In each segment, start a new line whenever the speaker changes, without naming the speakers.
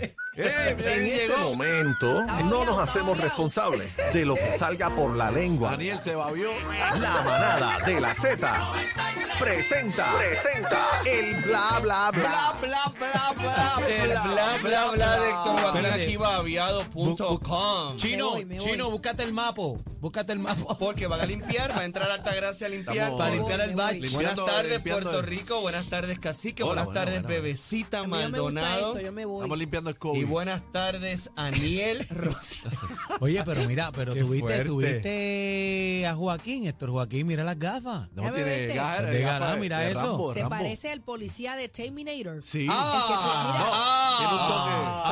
Eh,
En
ahí
este
llegó.
momento no nos hacemos responsables de lo que salga por la lengua.
Daniel se babió.
La manada de la Z presenta, presenta el bla bla
Bla,
bla.
bla, bla, bla,
El bla bla bla de Héctor
Espérate.
aquí babiado.com.
Me
Chino,
voy, me voy.
chino, búscate el mapo. Búscate el mapo.
Porque van a limpiar, va a entrar Altagracia a limpiar.
Estamos-
Para
Me
limpiar
voy,
el
me
bar.
voy.
Buenas
Limpiando,
tardes,
limpiando
Puerto
el-
Rico. Buenas tardes, Cacique. Buenas
Hola, bueno,
tardes,
bueno, bueno.
Bebecita
A mí no me gusta
Maldonado.
esto, yo me
Estamos
voy.
limpiando el
Y
COVID.
buenas tardes, Aniel Rosa.
Oye, pero mira, pero
Qué
tuviste,
fuerte.
tuviste a Joaquín, Héctor Joaquín, mira las gafas.
no
Déjame
tiene
verte.
ganas
De ganar, mira eso.
Rambo,
Se
Rambo.
parece al policía de Terminator. Ah,
Sí.
Ah,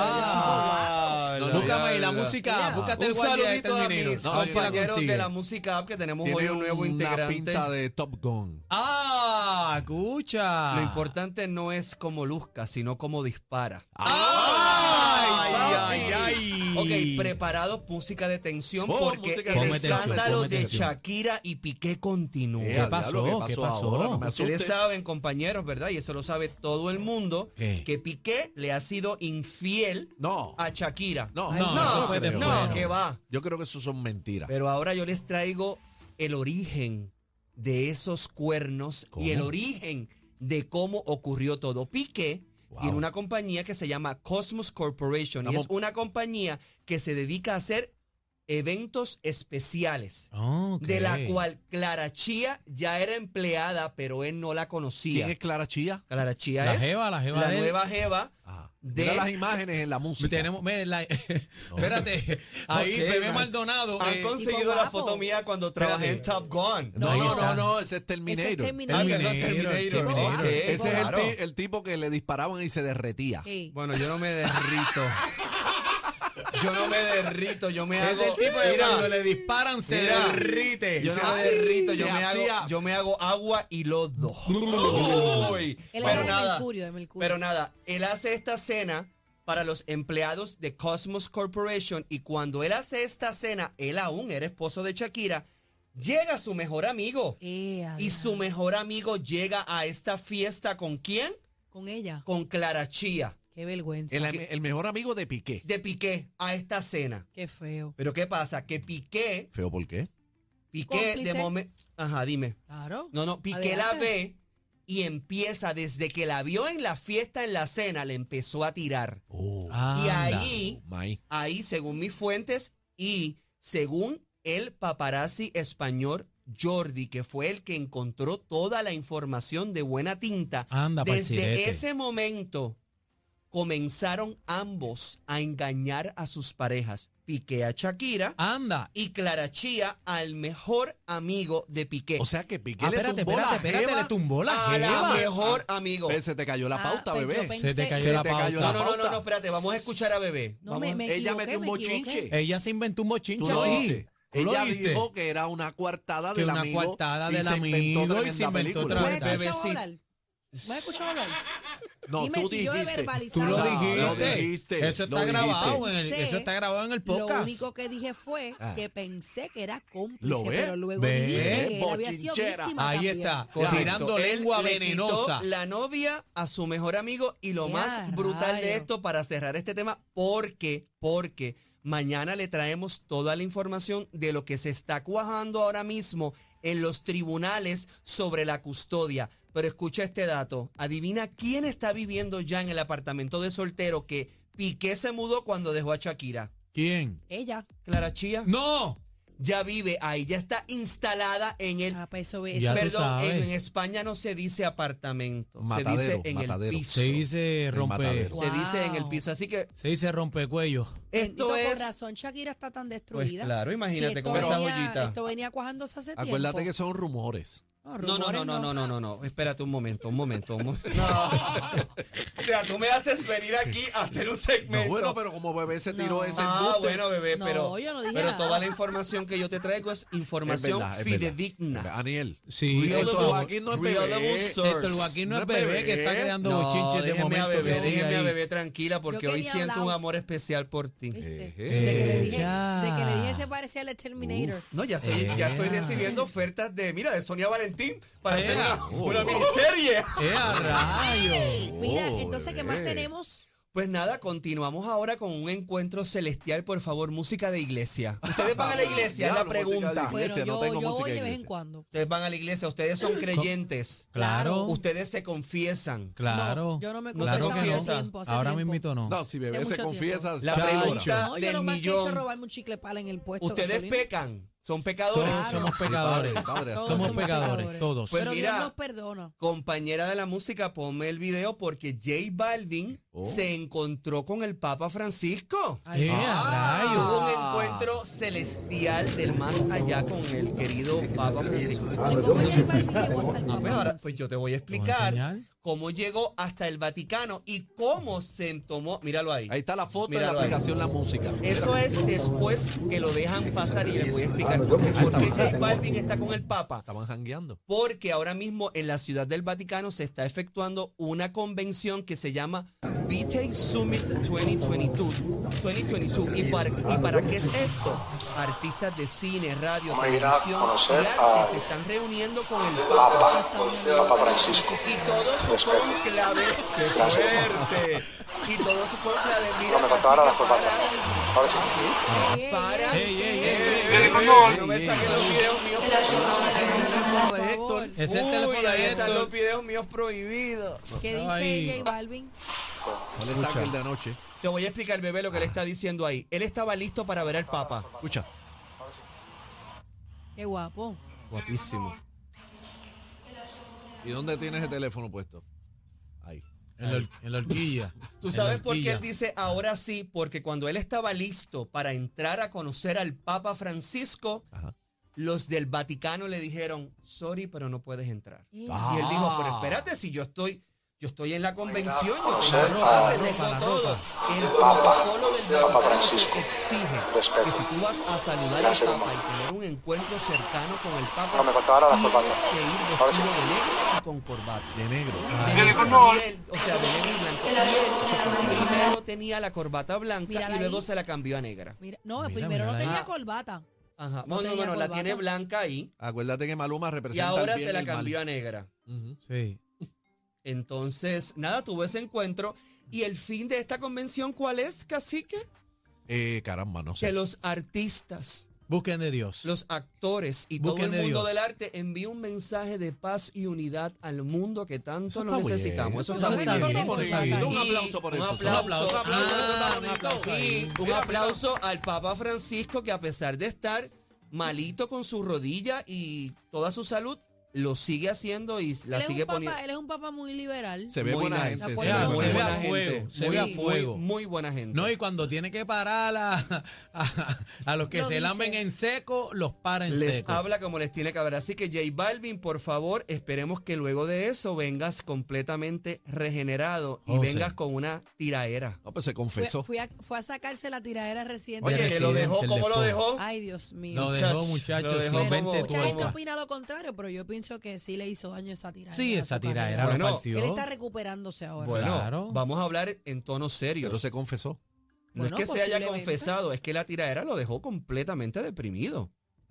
Ah,
No, no,
Búscame
ya,
ahí la
ya.
música.
Mira.
Búscate el
Un
guardia de
saludito a
Terminator.
mis
No,
a ver si la
compañeros
consigue.
de la música app que tenemos
Tiene
hoy un nuevo integrante.
Una pinta de Top Gun.
Ah, escucha.
Lo importante no es cómo luzca, sino cómo dispara.
Ay,
papi.
ay, ay.
Ok, preparados, música de tensión,
Oh,
porque
música
de
el
tensión.
escándalo
Ponme
de
tensión.
Shakira y Piqué continúa.
Eh, a
pasó?
diablo,
¿Qué pasó?
ahora? No me
Ustedes
asuste.
saben, compañeros, ¿verdad? Y eso lo sabe todo el mundo,
¿Qué?
que Piqué le ha sido infiel
No.
a Shakira.
No,
Ay, no,
no,
eso fue
creo.
después.
no, que va.
Yo creo que eso son mentiras.
Pero ahora yo les traigo el origen de esos cuernos y el origen de cómo ocurrió todo. Piqué tiene una compañía que se llama Cosmos Corporation y
Estamos-
es una compañía que se dedica a hacer eventos especiales.
Ok.
De la cual Clara Chía ya era empleada, pero él no la
¿Quién
conocía.
es Clara Chía?
Clara Chía
La
es
jeva, la jeva de él.
nueva jeva
Ah,
de
Mira las imágenes en la música.
Tenemos, mira, la- espérate, ahí
Ok,
Bebé
man.
Maldonado.
Han
eh,
conseguido
guapo.
la foto mía cuando trabajé en Top Gun.
no,
Ahí
no, no,
está.
no, ese es
Ese es
Terminator.
Ah,
Terminator.
perdón,
Terminator,
Terminator.
Terminator.
Ok,
Ese es el,
claro.
ti- el tipo que le disparaban y se derretía.
Sí.
Bueno, yo no me derrito. Yo no me derrito, yo me hago. Mira,
le disparan se
mira,
derrite. Ah,
Yo
Se
no me
hacía,
derrito, yo
se
me, hago,
hacía.
yo me hago agua y lodo. Uy,
Él
pero
era de
nada,
Mercurio, de Mercurio.
pero nada, él hace esta cena para los empleados de Cosmos Corporation y cuando él hace esta cena, él aún era esposo de Shakira, llega su mejor amigo.
Eh,
Y
adiós.
su mejor amigo llega a esta fiesta con quién?
Con ella.
Con Clara Chía
Qué vergüenza.
El, el mejor amigo de Piqué.
de Piqué a esta cena.
Qué feo.
Pero ¿qué pasa? Que Piqué,
Feo, ¿por qué?
Piqué de
Cómplice.
momento... Ajá, dime.
Claro.
No, no, Piqué la
Adelante.
ve y empieza desde que la vio en la fiesta, en la cena, le empezó a tirar.
Oh,
Y
Anda.
ahí,
Eh.
my.
ahí, según mis fuentes y según el paparazzi español Jordi, que fue el que encontró toda la información de buena tinta,
Anda,
desde
parcirete.
ese momento comenzaron ambos a engañar a sus parejas. Piqué a Shakira
Ah.
Anda.
y Clara Chía al mejor amigo de Piqué.
O sea que Piqué
Ah,
le
espérate,
tumbó
espérate,
la
espérate,
jeva.
le tumbó la
a la
jeva.
mejor amigo.
Eh, Se te cayó la
Ah,
pauta,
pues yo
bebé.
pensé-
Se te cayó
Se
la
te cayó
No,
la-
pauta.
no, no, no,
pauta.
no, espérate, vamos a escuchar a Bebé.
No, me,
Vamos,
me
ella
equivoqué,
metió un
me equivoqué.
bochinche.
Ella se inventó un
Tú
bochinche
lo
ahí.
dijiste.
¿Tú lo
Ella
dijiste?
dijo que era una coartada
Que
del
una
amigo.
coartada
y
del
se inventó
amigo y
tremenda
se inventó
película.
¿Me has
otra-
escuchado
Bebecito.
hablar? ¿Me has escuchado hablar?
No,
Pues, Dime
tú
si yo he
dijiste.
verbalizado.
Tú lo
No,
dijiste.
lo dijiste,
Eso
lo
está grabado
dijiste.
en el,
Sé,
eso está grabado en el
Lo
podcast.
único que dije fue
Ah.
que pensé que era
¿Lo
cómplice,
ve?
pero luego
Ve,
dijiste que él había sido
bochinchera.
víctima
Ahí
también.
está,
Ya.
tirando
Correcto. Él
lengua
le quitó
venenosa.
la novia a su mejor amigo y lo
¡Qué
más brutal de
rayo!
esto para cerrar este tema, porque, porque mañana le traemos toda la información de lo que se está cuajando ahora mismo en los tribunales sobre la custodia. Pero escucha este dato, adivina quién está viviendo ya en el apartamento de soltero que Piqué se mudó cuando dejó a Shakira.
¿Quién?
Ella.
Clara Chía
No.
ya vive ahí, ya está instalada en el
Ah, pues eso ve- eso-
Ya tú
Perdón, en,
sabes.
en España no se dice apartamento,
Matadero,
se dice en
matadero.
el piso.
Se dice rompe.
matadero.
Se dice en
Wow.
el piso. Así que
Se dice rompecuello.
Bendito,
esto
Con
es.
razón Shakira está tan
Pues
destruida.
claro, imagínate
Si esto
con esa
venía-
joyita.
Esto venía cuajándose hace tiempo.
Acuérdate que son rumores.
No, no,
rumores
no, no, no, no, no, no. Espérate un momento, un momento, un momento. o sea, tú me haces venir aquí a hacer un segmento.
No, bueno, pero como bebé se tiró
No.
ese
Ah,
embuste.
bueno, bebé,
No,
pero,
yo no dije
pero
nada.
toda la información que yo te traigo es
Es
información
verdad, es verdad.
fidedigna.
Aniel.
Sí,
Real
esto-
Love Joaquín no es
Real
bebé.
Love Source.
Héctor Joaquín no es bebé que está creando
No,
bochinches de
déjeme
momento.
a bebé,
que sigue
déjeme a
ahí.
bebé tranquila porque
Yo
hoy
quería
siento un
hablar-
amor especial por ti.
¿Viste?
Ejé.
De que
Eh.
le dije,
Ella.
de que le dije se parecía al Terminator.
No, ya estoy, ya estoy
Eh.
Ea.
recibiendo ofertas de, mira, de Sonia Valentín para hacer
Ea.
Uh.
una, una miniserie.
¡Eh, a rayos!
Mira,
Oh,
entonces, ¿qué más
bebé.
tenemos?
Pues nada, continuamos ahora con un encuentro celestial, por favor, música de iglesia. Ustedes van a la iglesia, es
Diablo,
la
música de
pregunta.
iglesia.
Bueno, yo,
no tengo
yo
música
voy
de
de vez en
iglesia.
cuando.
Ustedes van a la iglesia, ustedes son creyentes.
Claro.
Ustedes se confiesan.
Claro.
yo no me
claro
confesaba
que
hace
tiempo, hace
Ahora
tiempo.
mismito no.
No, si bebé
Hace
se
mucho
confiesa.
La
chacho.
pregunta
No, yo
del
lo más que he hecho es
millón.
robarme un chicle pala en el puesto. de
Ustedes
gasolina.
pecan, son pecadores.
Todos somos
Sí,
pecadores.
padre, padre,
Todos
somos
somos
pecadores,
pecadores.
todos.
Pues
Pero
mira.
Dios nos perdona.
Compañera de la música, ponme el video porque J Balvin
Oh.
se encontró con el Papa Francisco.
Ay,
Eh,
Dios.
a rayos.
Tuvo un encuentro celestial del más allá con el querido Papa Francisco.
Pero ¿cómo ya el Balvin llegó hasta el
pues, Ah, pues
Papa
ahora, pues
Francisco?
yo te voy a
¿Te voy a
explicar
enseñar?
cómo llegó hasta el Vaticano y cómo se tomó. Míralo ahí.
Ahí está la foto de la
Míralo ahí. Eh.
aplicación La Música.
Eso es después que lo dejan pasar y le voy a explicar por qué. ¿Por qué J Balvin está con el Papa?
Estaban jangueando.
Porque ahora mismo en la Ciudad del Vaticano se está efectuando una convención que se llama BT Summit 2022. 2022. ¿Y para, y para qué es esto? Artistas de cine, radio,
Vamos a ir a
televisión
conocer
y
a-
arte se están reuniendo con el Papa.
Papa, Papa Francisco.
Y todos sus
Respeto.
conclaves. ¡Qué
este Gracias.
fuerte! Y todos sus conclaves. Mira,
No me contaba las
cacique,
cosas.
para-
Ahora sí.
Ey, ey,
Para.
ey, ey,
Eh,
ey,
eh,
ey,
No me saquen los videos míos personales.
Por favor.
Es el
Uy,
teléfono de
ahí están
Héctor.
los videos míos prohibidos.
¿Qué
Estaba ahí.
dice J Balvin?
No le saques el de anoche.
Te voy a explicar, bebé, lo que él está diciendo ahí. Él estaba listo para ver al Papa.
Escucha.
Qué guapo.
Guapísimo.
¿Y dónde tienes el teléfono puesto? Ahí.
En la, hor- en la horquilla.
¿Tú
En
sabes
la
por qué él
horquilla.
dice ahora sí? Porque cuando él estaba listo para entrar a conocer al Papa Francisco,
Ajá.
los del Vaticano le dijeron, sorry, pero no puedes entrar.
Ey,
Ah.
Y él dijo, pero espérate, si yo estoy, yo estoy en la convención, yo tengo
Conocer
ropa,
a-
se tengo
ropa, la
todo.
ropa.
El
Papa,
protocolo del
Papa
Vaticano
Francisco.
te exige
Respeto.
que si tú vas a saludar al
Gracias,
Papa
hermano.
y tener un encuentro cercano con el
No,
Papa,
me contara las
tienes
corbatas.
que ir
Ahora sí.
vestido de negro y con corbata.
De negro.
De
Tiene
negro
color.
y él, o sea, de negro y blanco. Y él primero tenía la corbata blanca
Mírala
y luego
ahí.
se la cambió a negra.
Mira, no,
Mira,
primero
mira
no
ahí.
tenía
Ah.
corbata.
Ajá.
No
No, no,
tenía
no, la
corbata.
tiene blanca ahí
Acuérdate que Maluma
y
representa
ahora
el bien
se
y
la
el mal.
cambió a negra.
Ujú.
Sí.
Entonces, nada, tuvo ese encuentro. ¿Y el fin de esta convención cuál es, cacique?
Eh, caramba, no
Que
sé.
los artistas,
Busquen de Dios.
los actores y
Busquen
todo
de
el mundo
Dios.
del arte envíe un mensaje de paz y unidad al mundo que tanto
Eso
lo
está muy
necesitamos.
bien.
Eso
Eso
está muy
está
bien.
bien, eso está
Y
bien.
Un aplauso por
un
eso,
Aplauso,
un aplauso, un aplauso,
Ah,
un aplauso
y
ahí.
un
Mira,
aplauso al Papa Francisco que a pesar de estar malito con su rodilla y toda su salud, lo sigue haciendo y la
él, es
sigue
un
poniendo.
papá, él es un papá muy liberal.
Se ve
Muy
buena
nice.
gente.
Se
ve
ve-
buena
muy
se ve
gente.
a
buena
fuego,
gente.
se
muy,
ve a
muy,
fuego.
Muy, buena gente.
No, y cuando tiene que parar a, a, a los que
Lo
se
dice.
lamen en seco, los para en
les
seco.
habla como les tiene que hablar. Así que J Balvin, por favor, esperemos que luego de eso vengas completamente regenerado y
Oh,
vengas
sí.
con una tiraera.
No, pues se
Fue,
confesó.
fue a, fue a sacarse la tiradera reciente.
Oye, que lo
Residente,
dejó,
el
¿cómo lo
despojo.
dejó?
Ay, Dios mío.
Lo
Muchachos,
dejó,
lo dejó
muchachos, sin
Pero
como-
vente
mucha gente
tuercas.
opina lo contrario, pero yo pienso que sí le hizo daño esa tiradera.
Sí,
a
esa
su carrera.
tiradera lo
Bueno,
partió.
Él está recuperándose ahora.
Bueno,
Claro.
vamos a hablar en tono serio.
Pero se confesó.
No es
Bueno,
que se haya
posiblemente.
confesado, es que la tiraera lo dejó completamente deprimido.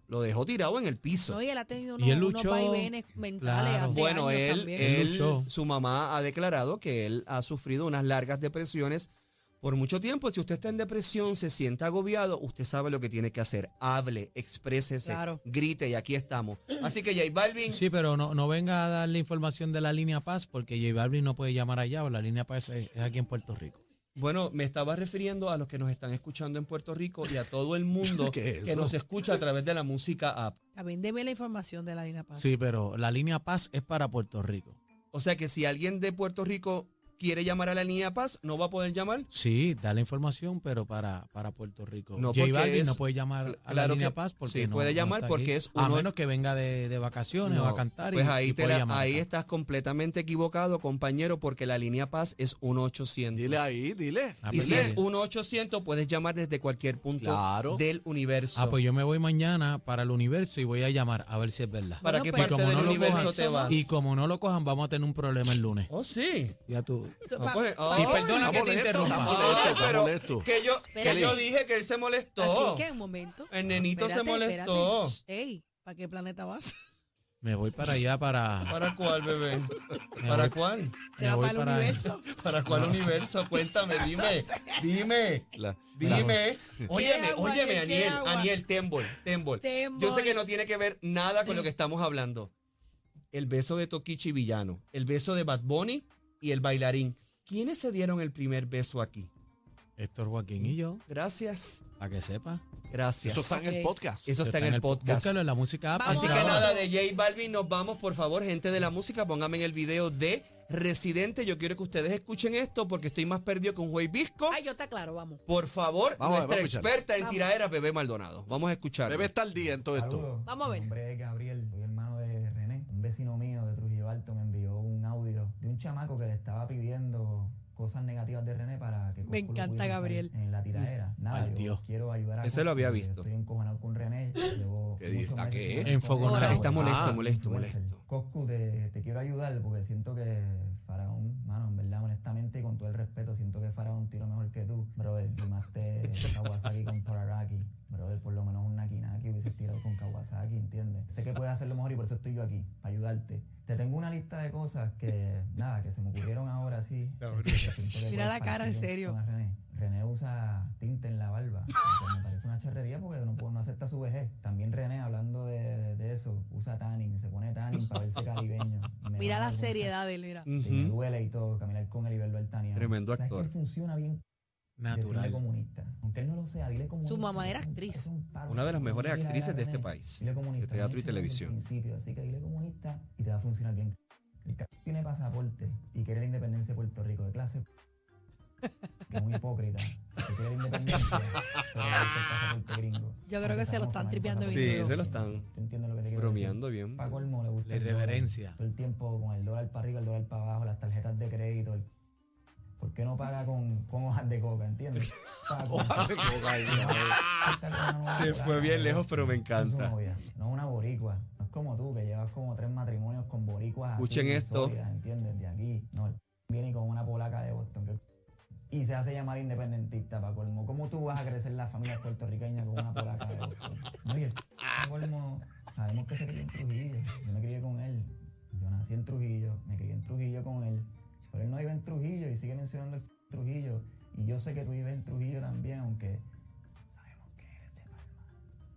Lo dejó tirado en el piso.
No, y él ha tenido
Y él
unos, unos
luchó.
vaivenes mentales.
Claro.
hace
bueno,
años
él,
también.
él-
Él luchó.
su mamá ha declarado que él ha sufrido unas largas depresiones por mucho tiempo. Si usted está en depresión, se sienta agobiado, usted sabe lo que tiene que hacer. Hable, exprésese,
Claro.
grite y aquí estamos. Así que J Balvin,
Sí, pero no, no venga a darle información de la línea Paz porque J Balvin no puede llamar allá o la línea Paz es, es aquí en Puerto Rico.
bueno, me estaba refiriendo a los que nos están escuchando en Puerto Rico y a todo el mundo
¿Qué es
que
eso?
nos escucha a través de la música app.
También deme la información de la harina Paz.
Sí, pero la línea Paz es para Puerto Rico.
O sea que si alguien de Puerto Rico quiere llamar a la línea Paz, no va a poder llamar.
Sí, da la información, pero para, para Puerto Rico.
No,
J
porque
Balvin no
es-
puede llamar
cl-
a
claro
la línea
que-
Paz porque
sí,
no
puede
no
llamar
está
porque
aquí.
es
A
uno-
menos que venga de, de vacaciones o
No,
a cantar y-
pues
y,
ahí, te
puede
la-
llamar
ahí
acá.
estás completamente equivocado, compañero, porque la línea Paz es 1800.
Dile ahí, dile.
Ah,
y
pues
si
está
es
dile.
bien.
1800, puedes llamar desde cualquier punto
Claro.
del universo.
Ah, pues yo me voy mañana para el universo y voy a llamar a ver si es verdad.
¿Para
Bueno,
qué
pues-
parte
Y como
del
no lo
universo
cojan-
te vas?
Y como no lo cojan, vamos a tener un problema el lunes.
oh, sí.
Ya tú.
Pa-
Ah, pues,
pa-
ah.
Y perdona
está
que te
molesto, está
interrumpa.
molesto,
Ay,
está
Ah, pero
molesto.
que yo, que
Espérate.
yo dije que él se molestó.
Así que un momento.
El nenito se
Espérate,
molestó.
espérate. Ey, ¿para qué planeta vas?
Me voy para allá para.
¿Para cuál, bebé?
Me
¿Para
voy-
cuál?
Se
me
va
voy
para el universo.
¿Para cuál universo? Cuéntame, dime, dime, dime. Óyeme,
agua,
óyeme,
qué
Aniel,
agua.
Aniel, tembol, tembol.
Tembol.
Yo sé que no tiene que ver nada con lo que estamos hablando. El beso de Tokichi Villano, el beso de Bad Bunny y el bailarín. ¿Quiénes se dieron el primer beso aquí?
Héctor Joaquín y yo,
Gracias,
para que sepa.
gracias.
Eso está en el
Ok.
podcast.
Eso está en el
pod-
podcast.
Búscalo en la música app.
Vamos
Así que
Ahora.
nada, de J Balvin nos vamos, por favor, gente de la música, póngame en el video de Residente. Yo quiero que ustedes escuchen esto porque estoy más perdido que un juez visco.
Ay, yo está claro, vamos.
Por favor,
Vamos a ver,
nuestra
vamos a escuchar.
experta en
Vamos.
tiraera, Bebé Maldonado. Vamos a escuchar.
Debe estar al día en todo esto.
Saludos.
Vamos a ver.
Mi nombre es Gabriel, soy hermano de René. Un vecino mío de Trujillo Alto me envió un audio de un chamaco que le estaba pidiendo cosas negativas de René para que
Me
Coscu lo
encanta
pudiera usar
Gabriel.
En la tiradera. Nada,
Al
yo
Dios.
quiero ayudar a
Ese lo
Coscu,
había
porque
visto.
Estoy encojonado con René. Llevo
¿Qué
muchos
dice? ¿Está
meses
qué?
con Ah, él.
Enfogonado.
Soy
Está molesto,
influencer.
molesto, molesto.
Coscu, te, te quiero ayudar porque siento que Faraón, mano, en verdad, honestamente, y con todo el respeto, siento que Faraón tiro mejor que tú, brother. Y más te Kawasaki con Pararaki, brother. Por lo menos un Naki Naki hubiese tirado con Kawasaki, ¿entiendes? Sé que puedes hacerlo mejor y por eso estoy yo aquí, para ayudarte. Te tengo una lista de cosas que, nada, que se me ocurrieron ahora sí. Este, que siento que
Mira la
puedes
cara, en
partir
serio.
con René. René usa tinte en la barba. que me parece una charrería porque no, puedo- no acepta su vejez. También René, hablando de, de eso, usa tanning, se pone tanning para verse caribeño. Y me
Mira
da
la
vergüenza.
seriedad de él, mira.
Y me
Ujú.
duele y todo, caminar con él y verlo al tanning.
Tremendo
¿Sabes
actor.
que él funciona bien Decirle
Natural.
comunista. Aunque él no lo sea, dile comunista.
Su mamá era
Es un-
actriz.
es un paro.
Una de las mejores
Dile a
actrices de
René,
este país,
dile comunista,
de teatro y
no es
televisión.
desde el principio, así que dile comunista y te va a funcionar bien. El c- tiene pasaporte y quiere la independencia de Puerto Rico, de clase. Que es muy hipócrita. Que quiere la independencia. pero le gusta el pasaporte gringo.
Yo creo
Porque
que se lo
sabemos
están
no hay
tripeando
pasaporte
bien
gringo.
duro. Sí, se lo están
Tú entiendes lo que te quiero decir.
Bromeando bien.
Pa' colmo le gusta
La
el dólar.
irreverencia.
Todo el tiempo con el dólar para arriba, el dólar para abajo, las tarjetas de crédito. el- ¿Por qué no paga con, con hojas de coca, entiendes? Paga con-
Ojalá te coja, hijo.
Esta es una nueva
Se
morada,
fue bien
¿no?
lejos, pero me
Es una
encanta.
novia, No es una boricua. No es como tú, que llevas como tres matrimonios con boricuas. así,
Escuchen esto.
sólidas, ¿Entiendes? De aquí. No, el viene con una polaca de Boston. que- y se hace llamar independentista, para colmo. ¿Cómo tú vas a crecer la familia puertorriqueña con una polaca de Boston? No, y el pa' colmo, sabemos que se crió en Trujillo. Yo me crié con él. Yo nací en Trujillo, me crié en Trujillo con él. Pero él no vive en Trujillo y sigue mencionando el Trujillo. Y yo sé que tú vives en Trujillo también, aunque sabemos que eres de Palma.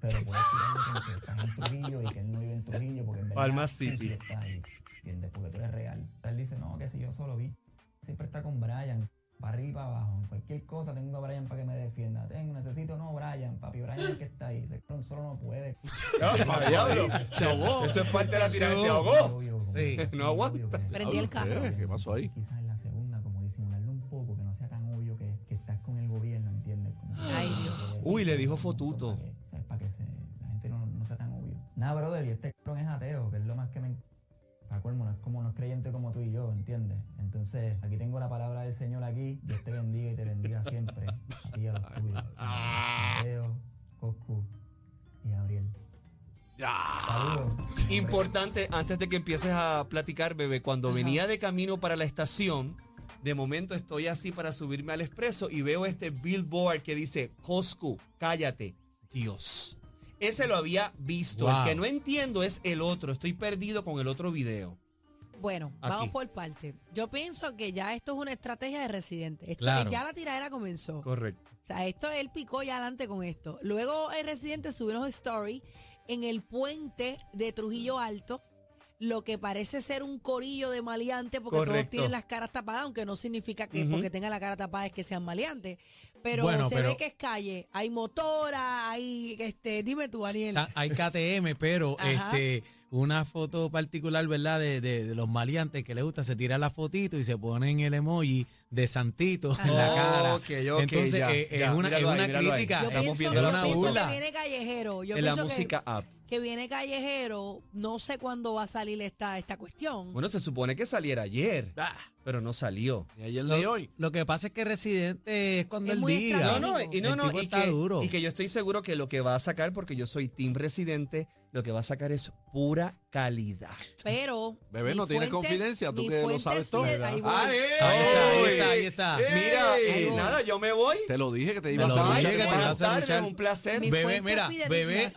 Pero puedes tirarle con que estás en Trujillo y que él no vive en Trujillo porque en verdad
Palma
tú
City.
sí estás ahí, ¿entiendes? Porque tú eres real. Él dice, no, que si yo solo vi. Siempre está con Brian, para arriba y para abajo. En cualquier cosa tengo a Brian para que me defienda. Tengo, necesito, no, Brian, papi, Brian es el que está ahí. Se un solo no puede.
Ah, diablo.
Se ahogó.
Eso es parte de la tirada. Se ahogó.
Sí.
Sí.
No aguanta.
Prendí el carro.
¿Qué pasó ahí?
Quizás en la segunda, como disimularlo un poco, que no sea tan obvio que, que estás con el gobierno, ¿entiendes? Como que-
Ay, Dios.
Uy, le dijo fotuto.
Para que, ¿sabes? Para que se- la gente no, no sea tan obvio. Nada, brother, y este cabrón es ateo, que es lo más que me... Para colmo, no es como no es creyente como tú y yo, ¿entiendes? Entonces, aquí tengo la palabra del Señor aquí. Dios te bendiga y te bendiga siempre. A ti y a los tuyos. Ateo, Coscu y Gabriel. Saludos.
Importante, antes de que empieces a platicar, bebé, cuando venía de camino para la estación, de momento estoy así para subirme al expreso y veo este billboard que dice, Coscu, cállate, Dios. Ese lo había visto. El
Wow.
que no entiendo es el otro. Estoy perdido con el otro video.
Bueno,
Aquí.
vamos por parte. Yo pienso que ya esto es una estrategia de residente. Esto-
Claro.
Ya la tiradera comenzó.
Correcto.
O sea, esto él picó ya adelante con esto. Luego el residente subió un story en el puente de Trujillo Alto, lo que parece ser un corillo de maleantes porque todos
Correcto.
tienen las caras tapadas, aunque no significa que porque tengan la cara tapada es que sean maleantes. Pero
Bueno,
se ve
pero-
que es calle, hay motora, hay este, dime tú, Daniel.
Ah,
Ta- Hay KTM, pero
Ajá.
este una foto particular, ¿verdad? De, de- de los maleantes que le gusta, se tira la fotito y se ponen el emoji de Santito en la cara.
Ok, ok,
Entonces,
ya,
eh,
ya,
es
míralo
una, es
ahí,
una
míralo ahí.
crítica,
Yo
estamos
pienso,
viendo
yo
la
pienso
burla.
que viene callejero. Yo
en la
pienso que-
música app.
que viene callejero, no sé cuándo va a salir esta, esta cuestión.
Bueno, se supone que saliera ayer,
Ah,
pero no salió.
Ni ayer ni hoy.
Lo que pasa es que Residente es cuando
Es
él
muy
diga.
No,
estratégico.
no, y no,
El
no,
tipo
y
está
que,
duro.
y que yo estoy seguro que lo que va a sacar, porque yo soy team residente, lo que va a sacar es pura calidad.
Pero.
Bebé,
ni
no tienes
fuentes-
confidencia, tú
ni
que lo
fuentes
sabes todo.
fide- ahí voy.
Ah, eh,
Ahí está, ahí
eh,
está, ahí
eh,
está.
eh.
Mira, eh,
Ay,
nada, yo me voy.
Te lo dije que te
Me
ibas
lo
a
Bye,
luchar
dije que te
con
ibas
buenas
a
tardes,
luchar.
un placer.
Mi
Bebé,
fuente
mira, bebé,
fidedignas.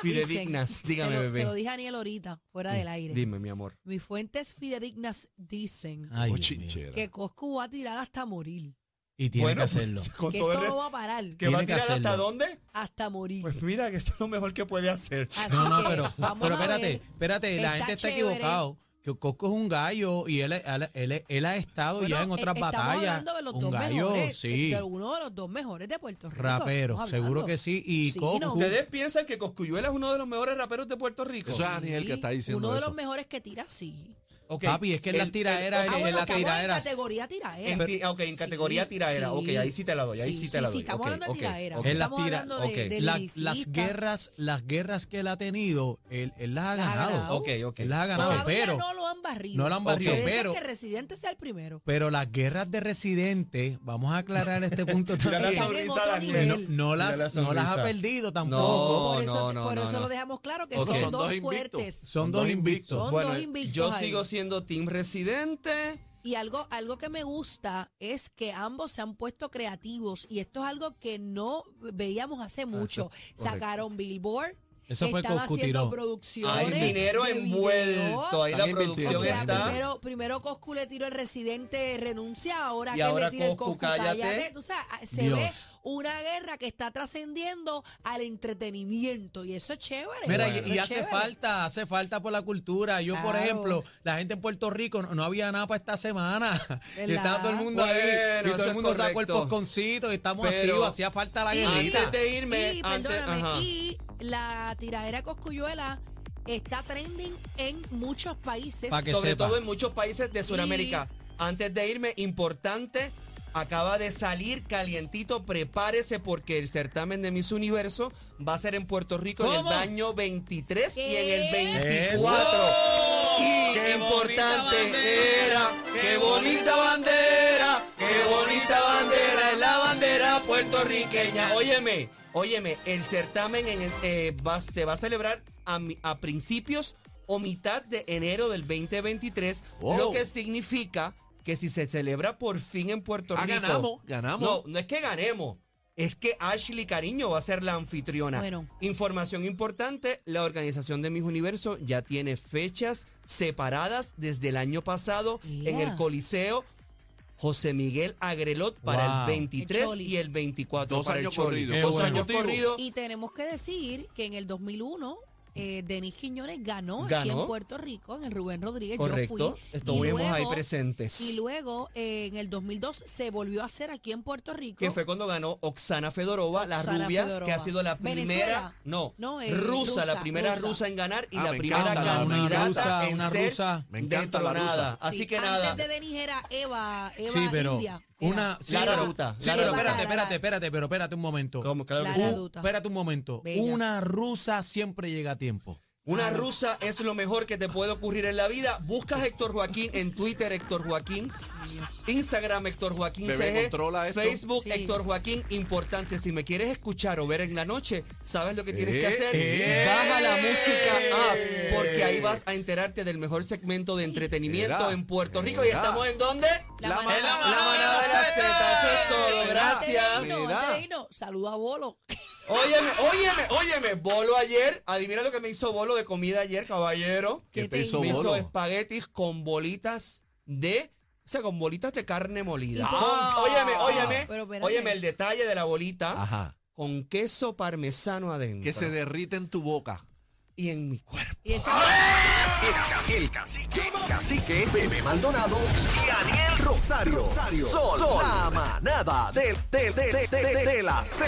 Fidedignas,
Dicen,
dígame,
se lo,
bebé. Mm,
Se lo dije a Aniel ahorita, fuera del aire.
Dime, mi amor.
Mis fuentes fidedignas dicen
Oh,
Ay, Dios mío.
Cochinchera.
que Coscu va a tirar hasta morir.
Y tiene
Bueno, pues,
que hacerlo.
Con
Que
todo
esto
el-
no va a parar.
¿Que va a
Tiene que
tirar hasta
hacerlo.
dónde?
Hasta morir.
Pues mira, que eso es lo mejor que puede hacer.
Así
No, no,
que
pero,
vamos
pero
a ver.
espérate, espérate, la
Está
gente está
chévere.
equivocado. Que Cosco es un gallo y él, él, él- él ha estado
Bueno,
ya en
eh,
otras
estamos
batallas.
hablando de los
Un
dos
gallo,
mejores, eh,
sí.
de uno de los dos mejores de Puerto Rico.
Rapero,
estamos
seguro
hablando.
que sí. Y
Sí,
Coscu,
no.
¿Ustedes piensan que Coscuyuela es uno de los mejores raperos de Puerto Rico?
Eso es Aniel que está diciendo
Uno de
eso.
los mejores que tira, sí.
Ok,
papi, es que en
el-
las tiraderas,
el-
Ah,
en
bueno,
las
estamos en
tiraderas,
categoría tiraera.
En ti- ah, ok, en categoría tiraera. Ok, ahí sí te la doy, ahí sí te la doy.
Sí, estamos
Ok,
hablando
ok,
de tiraera.
ok.
En las
Estamos
tira-
hablando
ok.
de, de
la-
lyricista.
las guerras, las guerras que él ha tenido, él, él las ha
Las ha
ganado.
ganado.
Ok, ok.
Él las ha ganado,
Todavía
pero
no lo han barrido.
no lo han barrido,
Puede ser
pero-
que Residente sea el primero.
Pero las guerras de residentes, vamos a aclarar este punto
Mira la
Están en
también.
sonrisa,
otro
Daniel.
No,
nivel.
no
Mira
las,
la
no las
sonrisa.
ha perdido tampoco.
No,
por eso,
no, no,
por
no,
eso
no.
lo dejamos claro que
Ok.
son,
Son
dos
dos invictos.
fuertes.
Son dos invictos.
Son
Bueno,
dos invictos
yo
ahí.
sigo siendo Team Residente.
Y algo, algo que me gusta es que ambos se han puesto creativos y esto es algo que no veíamos hace mucho. Sacaron Billboard,
Eso fue
están
Coscu
haciendo
tiró.
Hay
producciones.
dinero
de
envuelto.
video.
Ahí la
También
producción
O sea,
invirtieron.
está.
primero, primero Coscu le tiró el residente renuncia, ahora
Y
que él
ahora
le tira el
Coscu,
Coscu
cállate.
cállate. Tú sabes, ah, se
Dios.
ve una guerra que está trascendiendo al entretenimiento y eso es chévere.
Mira,
Eso
y, y
es
hace
chévere.
falta, hace falta por la cultura. Yo, por
Claro.
ejemplo, la gente en Puerto Rico no, no había nada para esta semana. Y
¿Verdad?
estaba todo el mundo ahí.
Bueno,
Y
eso
todo
es
el mundo sacó el
correcto.
posconcito y estamos
Pero-
activos. Hacía falta la
Y-
guerrita.
Antes de irme,
Y,
antes-
perdóname,
ajá.
y la tiradera coscuyuela está trending en muchos países.
Pa' que
sobre
sepa.
todo en muchos países de Sudamérica. Antes de irme, importante, acaba de salir calientito, prepárese porque el certamen de Miss Universo va a ser en Puerto Rico en
¿Cómo?
el año 23 y en el
¿Qué?
24. Y
¡Oh! ¡Qué bonita
importante
bandera!
era, qué bonita bandera, qué bonita bandera, es la bandera puertorriqueña. Óyeme, óyeme, el certamen en el- eh, va- se va a celebrar a, mi- a principios o mitad de enero del 2023, lo
Wow.
que significa que si se celebra por fin en Puerto
Ah,
Rico.
ganamos, ganamos.
No, no es que ganemos. Es que Ashley Cariño va a ser la anfitriona.
Bueno.
Información importante, la organización de Mis Universo ya tiene fechas separadas desde el año pasado en
Yeah.
el Coliseo José Miguel Agrelot para
Wow.
el 23
El Choli.
y el 24
Dos
para
años
el Choli.
corridos.
Qué
Dos
bueno.
años corridos.
Y tenemos que decir que en el 2001 eh, Denis Quiñones ganó, aquí
Ganó.
en Puerto Rico, en el Rubén Rodríguez. Yo
Correcto.
fui. y
Estuvimos
luego-
ahí presentes.
Y luego eh, en el 2002 se volvió a hacer aquí en Puerto Rico.
que fue cuando ganó Oksana Fedorova,
Oksana
la rubia,
Fedorova.
que ha sido la primera,
¿Venezuela?
no,
No, eh,
rusa, la
rusa,
primera rusa,
rusa.
en ganar y
Ah,
la
me
primera
encanta la-
una
candidata
rusa,
en
una
ser
rusa.
Me encanta la
detronada.
rusa.
Así
Sí,
que nada,
Antes de Denis era Eva, Eva
Sí, pero
India. era.
una sí,
La
pero-
garuta,
Sí,
la
pero
garuta.
espérate, espérate, espérate, pero espérate un momento.
¿Cómo? Claro que
La
sí.
Un-
garuta.
espérate un momento.
Bella.
Una rusa siempre llega a tiempo.
una rusa es lo mejor que te puede ocurrir en la vida. Buscas Héctor Joaquín en Twitter, Héctor Joaquín, Instagram, Héctor Joaquín
Bebé,
CG,
controla esto.
Facebook,
Sí.
Héctor Joaquín. Importante, si me quieres escuchar o ver en la noche, sabes lo que tienes que
Eh,
hacer.
eh.
Baja la música app, porque ahí vas a enterarte del mejor segmento de entretenimiento
Era,
en Puerto Rico. ¿Y
era.
estamos en dónde?
La manada.
La manada de las tetas. Eso es todo. Gracias.
Antes de irnos,
Mira.
antes de irnos, saluda a Bolo.
Óyeme, óyeme, óyeme. Bolo ayer. Adivina lo que me hizo Bolo de comida ayer, caballero.
¿Qué
¿Qué
te
te
hizo
Me hizo
bolo?
espaguetis con bolitas de. O sea, con bolitas de carne molida.
¿Y por-
Ah, óyeme, óyeme.
Pero espérate.
óyeme el detalle de la bolita
Ajá.
con queso parmesano adentro.
Que se derrite en tu boca.
y en mi cuerpo.
Y esa-
El, ca- el cacique, cacique, Bebé Maldonado y Daniel Rosario. Sol, Sol, la manada del- del- del- del- de la Z.